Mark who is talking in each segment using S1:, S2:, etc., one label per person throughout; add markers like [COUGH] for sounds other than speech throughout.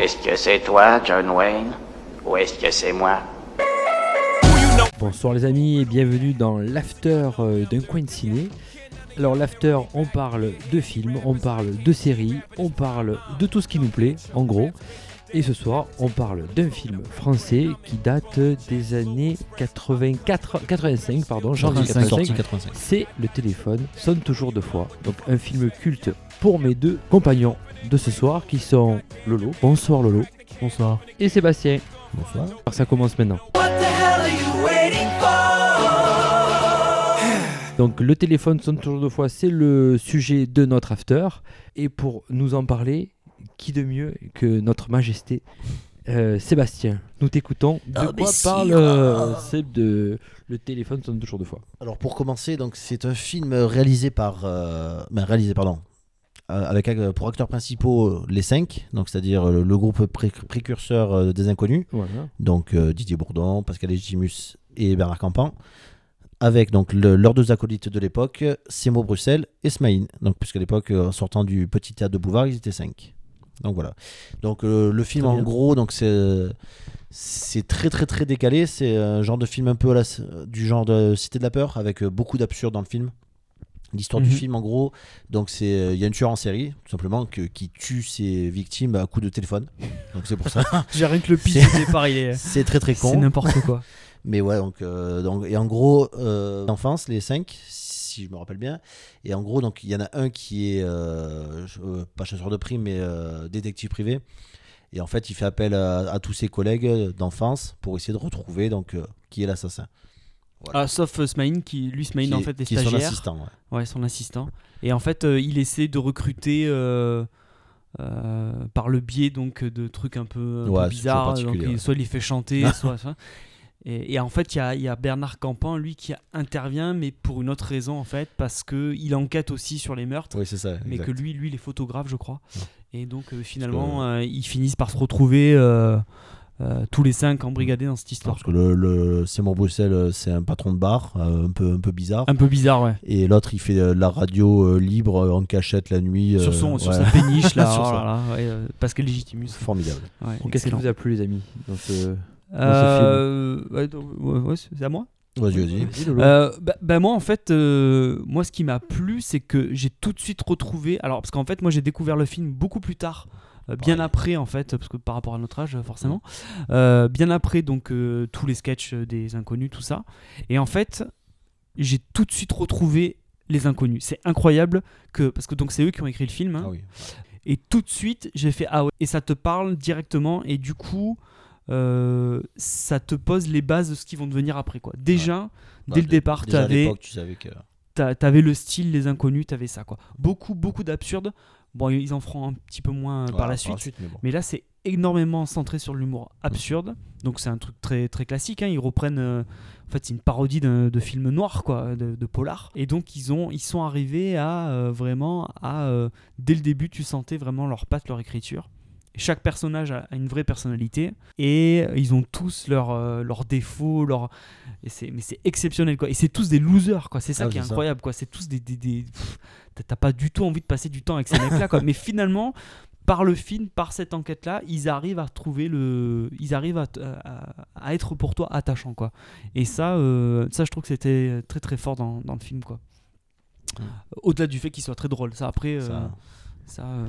S1: Est-ce que c'est toi, John Wayne Ou est-ce que c'est moi
S2: Bonsoir les amis et bienvenue dans l'after euh, d'un coin de ciné. Alors l'after, on parle de films, on parle de séries, on parle de tout ce qui nous plaît, en gros. Et ce soir, on parle d'un film français qui date des années 84, 85, pardon, janvier 85.
S3: sorti 85.
S2: C'est Le téléphone sonne toujours deux fois. Donc un film culte pour mes deux compagnons de ce soir qui sont Lolo. Bonsoir Lolo.
S3: Bonsoir.
S2: Et Sébastien.
S3: Bonsoir.
S2: Alors ça commence maintenant. Donc le téléphone sonne toujours deux fois, c'est le sujet de notre after. Et pour nous en parler, qui de mieux que notre majesté euh, Sébastien Nous t'écoutons. De
S4: Ah, mais
S2: quoi
S4: si,
S2: parle
S4: ah.
S2: euh, Seb de le téléphone sonne toujours deux fois
S4: Alors pour commencer, donc c'est un film réalisé par, euh, ben, réalisé pardon, euh, avec euh, pour acteurs principaux euh, les cinq, donc c'est-à-dire euh, le, le groupe pré- précurseur euh, des inconnus,
S2: Voilà.
S4: donc euh, Didier Bourdon, Pascal Egimus et Bernard Campan, avec donc le- leurs deux acolytes de l'époque, Semo Bruxelles et Smaïn. Donc puisqu'à l'époque, euh, en sortant du petit théâtre de Boulevard, ils étaient cinq. Donc voilà. Donc euh, le film
S2: Très
S4: en
S2: bien.
S4: gros, donc c'est c'est très très très décalé. C'est un genre de film un peu à la- du genre de Cité de la peur avec euh, beaucoup d'absurde dans le film. L'histoire
S2: Mhm.
S4: du film en gros, donc c'est euh, il y a un tueur en série tout simplement que- qui tue ses victimes à coups de téléphone. Donc c'est pour ça.
S5: [LAUGHS] J'ai rien que le pitch
S4: C'est-
S5: du départ, il est. euh,
S4: c'est très très con.
S5: C'est n'importe quoi.
S4: Mais ouais, donc, euh, donc et en gros, euh, l'enfance, les cinq, si je me rappelle bien. Et en gros, donc il y en a un qui est euh, ch- euh, pas chasseur de primes, mais euh, détective privé. Et en fait, il fait appel à, à tous ses collègues d'enfance pour essayer de retrouver donc euh, qui est l'assassin.
S5: Ah, sauf euh, Smaïn, qui, lui, Smaïn,
S4: Qui
S5: en
S4: est-
S5: fait, est
S4: qui est son
S5: stagiaire.
S4: assistant. ouais.
S5: Ouais, son assistant. Et en fait, euh, il essaie de recruter euh, euh, par le biais donc de trucs un peu, un peu
S4: Ouais, c'est
S5: bizarres.
S4: toujours
S5: Donc,
S4: particulier,
S5: il-
S4: ouais.
S5: Soit il les fait chanter,
S4: [LAUGHS]
S5: soit. soit. Et, et en fait, il y a, il y a Bernard Campan, lui, qui intervient, mais pour une autre raison, en fait, parce que il enquête aussi sur les meurtres.
S4: Oui, c'est ça.
S5: Mais
S4: exact.
S5: que lui, lui, il est photographe, je crois. Et donc, euh, finalement, euh, ils finissent par se retrouver euh, euh, tous les cinq embrigadés dans cette
S4: Non,
S5: histoire.
S4: parce que le, le Seymour Bruxelles, euh, c'est un patron de bar, euh, un peu un peu bizarre.
S5: Un peu bizarre, ouais.
S4: Et l'autre, il fait euh, la radio euh, libre euh, en cachette la nuit.
S5: sur,
S4: euh,
S5: son, sur
S4: ouais.
S5: sa péniche, là.
S4: [LAUGHS] Sur
S5: oh
S4: ça.
S5: là là, ouais, euh, Pascal Légitimus.
S4: Formidable.
S5: Ouais,
S2: Bon, Qu'est-ce qui
S5: excellent.
S2: vous a plu les amis dans ce-
S5: Euh, ouais, donc, ouais, ouais, c'est à moi.
S4: Vas-y, vas-y.
S2: Vas-y, Lolo.
S5: Euh, bah, bah, moi en fait, euh, moi ce qui m'a plu, c'est que j'ai tout de suite retrouvé. Alors parce qu'en fait, moi j'ai découvert le film beaucoup plus tard, euh, bien
S4: Pareil.
S5: après en fait, parce que par rapport à notre âge euh, forcément, Euh, bien après donc euh, tous les sketchs euh, des inconnus, tout ça. Et en fait, j'ai tout de suite retrouvé les inconnus. C'est incroyable que parce que donc c'est eux qui ont écrit le film. hein.
S4: Ah oui.
S5: Et tout de suite, j'ai fait ah ouais. Et ça te parle directement. Et du coup, euh, ça te pose les bases de ce qu'ils vont devenir après. quoi. Déjà, dès le
S4: dé-
S5: départ,
S4: déjà à
S5: t'avais
S4: l'époque, tu savais que.
S5: t'a- t'avais le style, les inconnus, t'avais ça. quoi. Beaucoup, beaucoup d'absurdes. Bon, ils en feront un petit peu moins euh,
S4: Voilà,
S5: par la suite.
S4: mais bon.
S5: Mais là, c'est énormément centré sur l'humour absurde. Donc, c'est un truc très, très classique. hein. Ils reprennent. euh, en fait, c'est une parodie d'un- de film noir, quoi, de, de polar. Et donc, ils, ont, ils sont arrivés à euh, vraiment. à euh, Dès le début, tu sentais vraiment leurs pattes, leur écriture. Chaque personnage a a une vraie personnalité et euh, ils ont tous leurs euh, leurs défauts, leurs... et c'est- mais c'est exceptionnel quoi. Et c'est tous des losers quoi, c'est ça
S4: Ah,
S5: qui est
S4: c'est ça.
S5: incroyable quoi. C'est tous des. des, des- pff, t'as- T'as pas du tout envie de passer du temps avec ces mecs là quoi. Mais finalement, par le film, par cette enquête là, ils arrivent à trouver le. Ils arrivent à, t- à- à être pour toi attachant quoi. Et ça, euh, ça je trouve que c'était très très fort dans, dans le film quoi.
S4: Mm.
S5: Au-delà du fait qu'il soit très drôle, ça après,
S4: Ça-
S5: euh, ça, euh,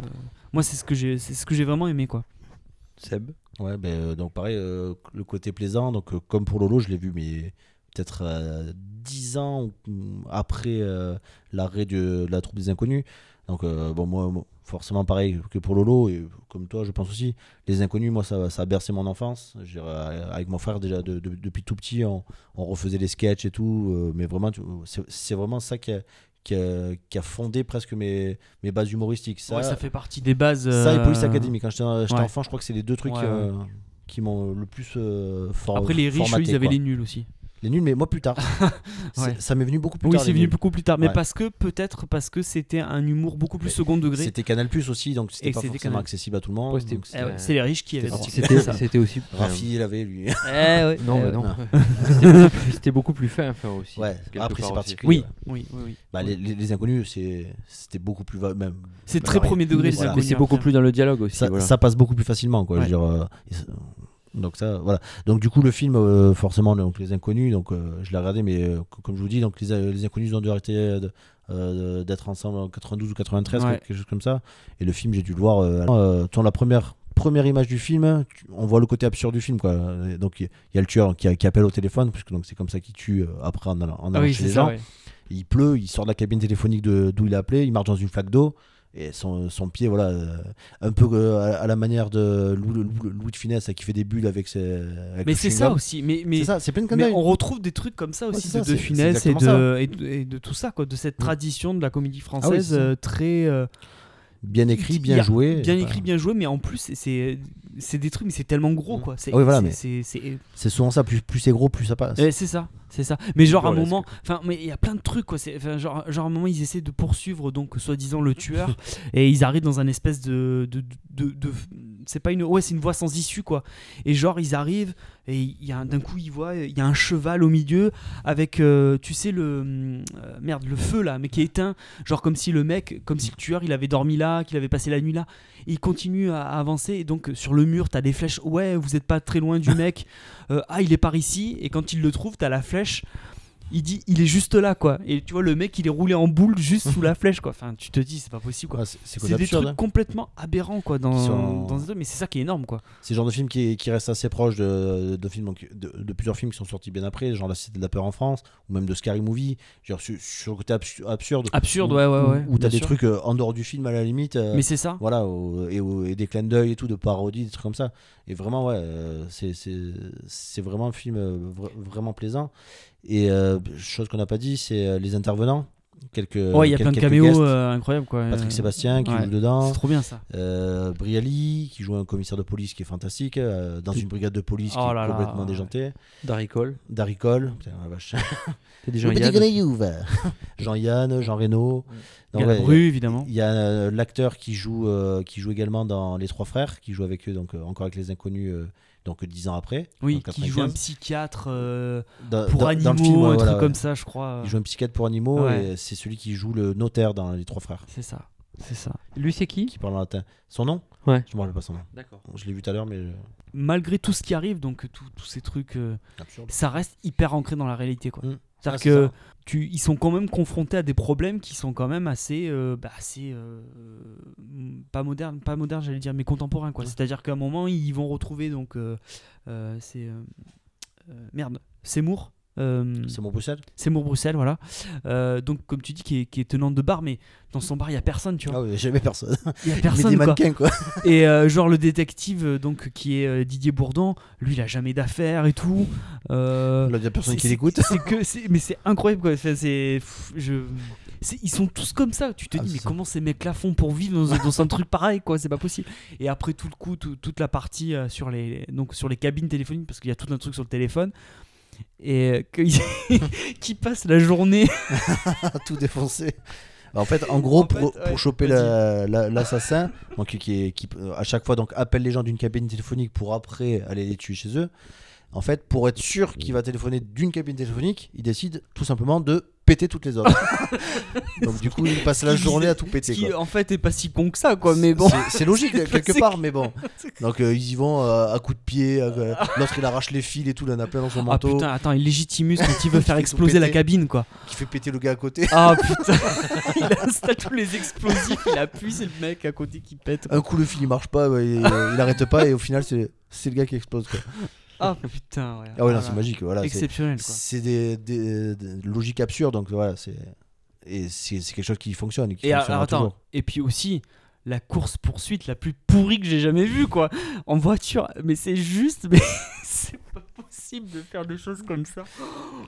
S5: moi c'est ce que j'ai, c'est ce que j'ai vraiment aimé quoi.
S2: Seb
S4: Ouais, ben, euh, donc pareil, euh, le côté plaisant, donc euh, comme pour Lolo, je l'ai vu, mais peut-être euh, 10 ans ou- ou après euh, l'arrêt de, de la troupe des inconnus. Donc, euh, bon, moi, moi, forcément pareil que pour Lolo, et comme toi, je pense aussi, les inconnus, moi, ça, ça a bercé mon enfance. J'ai- euh, Avec mon frère, déjà, de- de- depuis tout petit, on, on refaisait les sketchs et tout, euh, mais vraiment, tu- c'est c'est vraiment ça qui a, qui a- qui a fondé presque mes, mes bases humoristiques.
S5: Ouais, ça fait partie des bases.
S4: Ça et
S5: euh,
S4: Police Academy, quand j'étais j'étais
S5: ouais.
S4: enfant, je crois que c'est les deux trucs
S5: Ouais,
S4: euh, qui m'ont le plus euh, for-
S5: Après les riches, eux,
S4: formaté,
S5: ils avaient
S4: quoi.
S5: les nuls aussi.
S4: Les nuls, mais moi plus tard.
S5: [LAUGHS]
S4: C'est-
S5: Ouais.
S4: Ça m'est venu beaucoup plus
S5: oui,
S4: tard.
S5: c'est
S4: les
S5: venu
S4: nuls.
S5: beaucoup plus tard, mais
S4: Ouais.
S5: parce que peut-être parce que c'était un humour beaucoup plus
S4: Mais
S5: second degré.
S4: C'était Canal Plus aussi, donc
S5: Et
S4: c'était pas
S5: c'était
S4: forcément
S5: Canal+.
S4: accessible à tout le monde.
S2: Ouais, c'était-
S4: donc
S5: Eh ouais, Ah
S2: euh,
S5: c'est Eh les riches qui avaient
S4: c'était-
S5: sorti.
S2: C'était c'était aussi.
S4: Rafi, il avait lui. [LAUGHS]
S5: ouais.
S2: Non, bah non.
S4: non.
S2: C'était beaucoup plus- C'était beaucoup plus fin, enfin aussi.
S4: ouais,
S2: quelque
S4: après
S2: part
S4: c'est
S2: aussi.
S4: particulier.
S5: Oui,
S4: ouais.
S5: oui, oui. oui.
S4: Bah, les, les- les inconnus, c'est- c'était beaucoup plus. va- Même,
S5: C'est
S4: Bah,
S5: très
S4: ouais.
S5: premier degré.
S2: Mais
S5: les
S4: voilà.
S2: c'est- mais
S5: inconnus,
S2: c'est beaucoup
S5: enfin.
S2: plus dans le dialogue aussi.
S4: ça,
S2: voilà.
S4: ça passe beaucoup plus facilement, quoi.
S5: Ouais.
S4: Je veux dire, euh, et- donc ça, voilà. Donc du coup, le film, euh, forcément, donc les inconnus. Donc euh, je l'ai regardé, mais euh, co- comme je vous dis, donc les, euh, les inconnus ils ont dû arrêter euh, de- euh, d'être ensemble en 92 ou 93,
S5: Ouais.
S4: quelque- quelque chose comme ça. Et le film, j'ai dû le voir. Euh, euh, dans la première première image du film, tu- on voit le côté absurde du film, quoi. Et Donc il y, il y a le tueur qui, a- qui appelle au téléphone, puisque donc c'est comme ça qu'il tue euh, après en allant, en
S5: Ah
S4: allant
S5: oui,
S4: chez
S5: c'est
S4: les
S5: ça.
S4: gens.
S5: ouais.
S4: Il pleut, il sort de la cabine téléphonique de- d'où il a appelé, il marche dans une flaque d'eau. Et son, son pied, voilà, euh, un peu euh, à, à la manière de Lou- Lou- Lou- Louis de Funès là, qui fait des bulles avec ses. avec le
S5: Mais c'est ça
S4: chewing-gum.
S5: aussi. Mais mais
S4: C'est ça, c'est plein de
S5: mais
S4: conneries.
S5: on retrouve des trucs comme ça
S4: Ouais,
S5: aussi
S4: c'est ça,
S5: de, de
S4: c'est- c'est
S5: Funès et
S4: exactement Mm.
S5: de, et, de, et de tout ça, quoi, de cette tradition de la comédie
S4: Ah oui,
S5: française
S4: c'est ça.
S5: euh, très euh,
S4: Bien écrit,
S5: il y
S4: bien
S5: a-
S4: joué. euh,
S5: bien
S4: Enfin,
S5: écrit, bien joué, mais en plus c'est- c'est c'est des trucs, mais c'est tellement gros, quoi. C'est
S4: Ah oui, voilà,
S5: c'est-
S4: mais-
S5: c'est- c'est
S4: C'est souvent ça, plus, plus c'est gros, plus ça passe.
S5: Ouais, c'est ça, c'est ça. Mais genre à un
S2: Burlesque.
S5: moment, enfin, mais il y a plein de trucs quoi. C'est- enfin, genre, genre à un moment, ils essaient de poursuivre donc soi-disant le tueur et ils arrivent dans un espèce de, de, de, de- c'est pas une, ouais, c'est une voie sans issue quoi. Et genre ils arrivent et il y a un- d'un coup ils voient, il y a un cheval au milieu avec, euh, tu sais le hum, euh, merde, le feu là, mais qui est éteint. Genre comme si le mec, comme si le tueur, il avait dormi là, qu'il avait passé la nuit là. Et il continue à, à avancer et donc sur le mur, t'as des flèches. Ouais, vous êtes pas très [LAUGHS] loin du mec. Euh, ah il est par ici et quand il le trouve t'as la flèche il dit il est juste là quoi et tu vois le mec il est roulé en boule juste [LAUGHS] sous la flèche quoi enfin tu te dis c'est pas possible quoi hein.
S4: Ouais, c'est hein. c'est
S5: c'est des
S4: absurde.
S5: trucs complètement aberrants quoi dans,
S4: Qui sont-
S5: dans ce- mais c'est ça qui est énorme quoi
S4: hein. C'est le genre de film qui, qui reste assez proche de, de, films, donc, de, de plusieurs films qui sont sortis bien après, genre La Cité de la Peur en France, ou même de Scary Movie. Je veux dire, sur, sur le côté absu- absurde,
S5: absurde ouais ouais
S4: où-
S5: ouais
S4: où, t'as
S5: bien
S4: des
S5: sûr.
S4: trucs euh, en dehors du film à la limite. euh,
S5: mais c'est ça
S4: voilà au- et, au- et des clins d'œil et tout de parodies des trucs comme ça et vraiment ouais euh, c'est c'est- c'est vraiment un film euh, vra- vraiment plaisant et euh, chose qu'on n'a pas dit c'est euh, les intervenants quelques
S5: ouais il y a plein de
S4: quelques
S5: caméos
S4: guests.
S5: euh, incroyables quoi
S4: Patrick
S5: Euh,
S4: Sébastien qui
S5: ouais.
S4: joue dedans
S5: c'est trop bien ça
S4: euh, Brialy qui joue un commissaire de police qui est fantastique euh, dans une brigade de police
S5: Oh
S4: qui
S5: là
S4: est
S5: là,
S4: complètement
S5: ouais.
S4: déjantée
S2: Darry Cole,
S4: Darry Cole putain, la vache.
S2: t'as des
S4: Le
S2: gens
S4: petit
S2: Yann.
S4: Greyou, va. [LAUGHS] Jean-Yann Jean Reno
S5: il y a la
S4: ouais,
S5: bru évidemment
S4: il y a euh, l'acteur qui joue euh, qui joue également dans Les Trois Frères, qui joue avec eux donc euh, encore avec les inconnus euh, donc dix ans après. en
S5: oui qui joue un
S4: 95.
S5: psychiatre euh,
S4: Dans-
S5: pour
S4: dans- dans le
S5: animaux
S4: film, ouais,
S5: un
S4: voilà,
S5: truc comme
S4: ouais.
S5: ça je crois
S4: Il joue un psychiatre pour animaux
S5: Ouais.
S4: et c'est celui qui joue le notaire dans Les Trois Frères,
S5: c'est ça c'est ça
S2: Lui, c'est qui
S4: qui parle en latin. Son nom
S2: Ouais.
S4: Je me rappelle pas son nom.
S2: D'accord.
S4: Je l'ai vu tout à l'heure mais euh,
S5: malgré tout ce qui arrive donc tout- tous ces trucs euh,
S4: absurde.
S5: ça reste hyper ancré dans la réalité quoi.
S4: Mm.
S5: C'est-à-dire
S4: Ah, c'est
S5: que
S4: ça.
S5: tu, ils sont quand même confrontés à des problèmes qui sont quand même assez, euh, bah, assez euh, m- pas modernes, pas modernes j'allais dire, mais contemporains quoi.
S4: Ouais.
S5: C'est-à-dire qu'à un moment ils vont retrouver donc euh, euh, c'est euh, euh, merde Seymour. euh,
S4: C'est mon Bruxelles
S5: Seymour Bruxelles, voilà. Euh, donc, comme tu dis, qui est, qui est tenante de bar, mais dans son bar, il n'y a personne, tu vois.
S4: Ah oui, jamais personne.
S5: Il n'y a
S4: mais des
S5: personne, quoi.
S4: mannequins quoi.
S5: Et euh, genre le détective euh, donc qui est euh, Didier Bourdon, lui il a jamais d'affaires et tout. Euh,
S4: Là, il y a personne
S5: c'est-
S4: qui l'écoute.
S5: c'est- C'est que c'est- mais c'est incroyable quoi. Enfin, c'est pff, je c'est- ils sont tous comme ça. Tu te
S4: Ah,
S5: dis
S4: c'est
S5: mais
S4: ça.
S5: comment ces mecs là font pour vivre dans, dans un truc pareil quoi C'est pas possible. Et après tout le coup tout- toute la partie euh, sur les donc sur les cabines téléphoniques parce qu'il y a tout un truc sur le téléphone et euh, [LAUGHS] que- qui passe la journée
S4: à [LAUGHS] tout défoncer. En fait, en gros,
S5: En
S4: pour,
S5: fait,
S4: pour
S5: ouais,
S4: choper la- la- l'assassin, donc qui, est- qui euh, à chaque fois donc appelle les gens d'une cabine téléphonique pour après aller les tuer chez eux. En fait, pour être sûr qu'il va téléphoner d'une cabine téléphonique, il décide tout simplement de péter toutes les autres.
S5: [LAUGHS]
S4: donc du coup, il passe la
S5: Ce qui-
S4: journée à tout
S5: ce
S4: péter.
S5: qui
S4: quoi.
S5: en fait est pas si con que ça quoi. Mais bon.
S4: C'est- C'est logique
S5: [LAUGHS] C'est
S4: quelque
S5: pas-
S4: part, mais bon.
S5: [LAUGHS]
S4: Donc euh, ils y vont euh, à coups de pied, euh, l'autre il arrache les fils et tout, il en a plein dans son
S5: Ah
S4: manteau,
S5: putain, attends, il légitimus
S4: [LAUGHS]
S5: quand il veut faire
S4: Qui fait
S5: exploser la
S4: péter. [LAUGHS]
S5: cabine quoi.
S4: qui fait péter le gars à côté.
S5: Ah putain, [LAUGHS] il installe tous les explosifs, il appuie, c'est le mec à côté qui pète.
S4: Un coup le fil il marche pas, ouais, il, euh, il arrête pas et au final c'est c'est le gars qui explose. quoi.
S5: Ah
S4: Ah
S5: putain, ouais.
S4: ouais, non,
S5: Voilà.
S4: c'est magique, voilà. c'est-
S5: Exceptionnel quoi.
S4: C'est des, des- des logiques absurdes, donc voilà, c'est. Et c'est c'est quelque chose qui fonctionne. Et, qui
S5: Et alors,
S4: fonctionnera
S5: attends,
S4: toujours.
S5: et puis aussi la course poursuite la plus pourrie que j'ai jamais vue quoi, en voiture, mais c'est juste, mais [LAUGHS] c'est pas possible de faire des choses comme ça.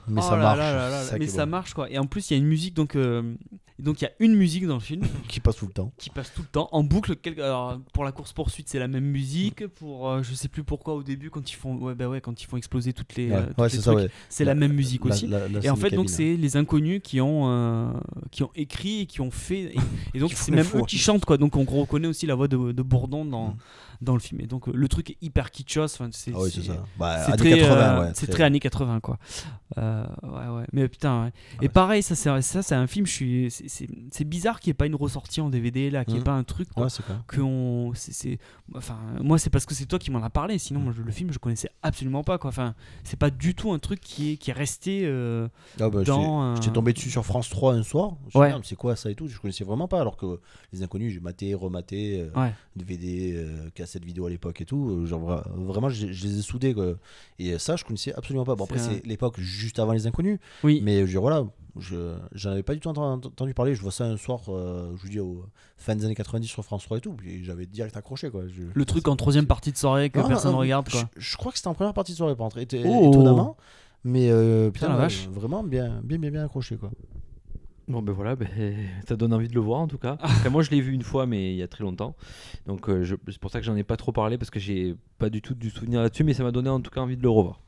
S4: Mais
S5: Oh
S4: ça
S5: là
S4: marche.
S5: là là là là,
S4: c'est ça
S5: mais
S4: qui est
S5: ça
S4: bon.
S5: marche quoi. Et en plus, il y a une musique donc euh, Et donc il y a une musique dans le film
S4: qui passe tout le temps.
S5: qui passe tout le temps en boucle. quel- Alors, pour la course poursuite, c'est la même musique. Pour euh, je sais plus pourquoi au début quand ils font ouais bah ouais quand ils font exploser toutes les,
S4: Ouais,
S5: euh,
S4: ouais,
S5: toutes les
S4: c'est ça,
S5: trucs,
S4: ouais.
S5: c'est la, même musique aussi.
S4: La- la- la
S5: et en
S4: scène
S5: fait donc
S4: cabine. hein.
S5: c'est les inconnus qui ont euh, qui ont écrit et qui ont fait et, et donc
S4: Qui font
S5: c'est
S4: les
S5: même
S4: fous,
S5: eux qui chantent quoi. Donc on reconnaît aussi la voix de, de Bourdon dans
S4: Mm.
S5: dans le film. Et donc euh, le truc est hyper kitschos. Enfin, c'est
S4: Ah oui, c'est
S5: c'est-
S4: ça. Bah,
S5: c'est
S4: années
S5: très,
S4: 80,
S5: euh,
S4: ouais,
S5: c'est très années 80 quoi. Euh, ouais ouais. Mais putain. ouais.
S4: Ah
S5: Et
S4: ouais.
S5: pareil, ça c'est ça c'est un film. Je suis c'est- c'est c'est bizarre qu'il n'y ait pas une ressortie en DVD là, qu'il n'y ait
S4: Mhm.
S5: pas un truc. Quoi,
S4: Ouais, c'est clair.
S5: Que on c'est- c'est enfin moi c'est parce que c'est toi qui m'en as parlé. Sinon moi je- le film je connaissais absolument pas quoi. Enfin c'est pas du tout un truc qui est qui est resté euh,
S4: Ah, bah, j'étais-
S5: dans. euh,
S4: J'étais
S5: un-
S4: tombé dessus sur France 3 un soir. Je me
S5: Ouais.
S4: suis dit, Ah, mais c'est quoi ça et tout Je connaissais vraiment pas. Alors que les inconnus, j'ai maté, rematé, euh,
S5: Ouais.
S4: DVD, euh, cassette vidéo à l'époque et tout. Euh, Genre, vra- vraiment, je, je les ai soudés. quoi. Et ça, je connaissais absolument pas. Bon, après,
S5: C'est un-
S4: c'est l'époque juste avant les inconnus.
S5: Oui.
S4: Mais je, voilà, je j'en avais pas du tout enten- entendu parler. Je vois ça un soir, euh, je vous dis, au fin des années 90 sur France 3 et tout. Puis j'avais direct accroché. Quoi. Je-
S5: Le truc en troisième partie de soirée que
S4: Non, non,
S5: personne
S4: non,
S5: regarde quoi.
S4: Ah, Je, je crois que c'était en première partie de soirée, par contre, éton-
S5: Oh.
S4: étonnamment. Mais euh, putain,
S5: la
S4: ouais,
S5: vache.
S4: vraiment bien, bien, bien, bien accroché. quoi.
S2: Bon ben voilà, ben, [LAUGHS] ça donne envie de le voir en tout cas. Après, moi je l'ai vu une fois mais il y a très longtemps. Donc euh, je- c'est pour ça que j'en ai pas trop parlé parce que j'ai pas du tout du souvenir là-dessus mais ça m'a donné en tout cas envie de le revoir.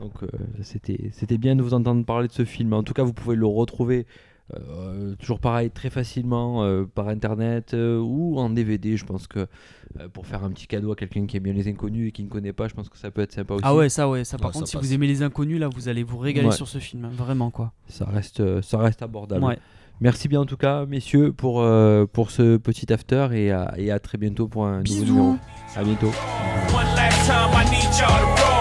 S2: Donc euh, c'était c'était bien de vous entendre parler de ce film. En tout cas vous pouvez le retrouver euh, toujours pareil très facilement euh, par internet euh, ou en DVD. Je pense que euh, pour faire un petit cadeau à quelqu'un qui aime bien les inconnus et qui ne connaît pas, je pense que ça peut être sympa aussi.
S5: Ah ouais ça ouais ça par
S4: Ouais,
S5: contre
S4: ça
S5: si
S4: passe.
S5: vous aimez les inconnus là vous allez vous régaler
S2: Ouais.
S5: sur ce film hein, vraiment quoi.
S2: Ça reste euh, ça reste
S4: Bah,
S2: abordable.
S5: Ouais.
S2: Merci bien en tout cas, messieurs, pour, euh, pour ce petit after et à, et à très bientôt pour un nouveau numéro. À bientôt.
S3: One last time, I need y'all to roll.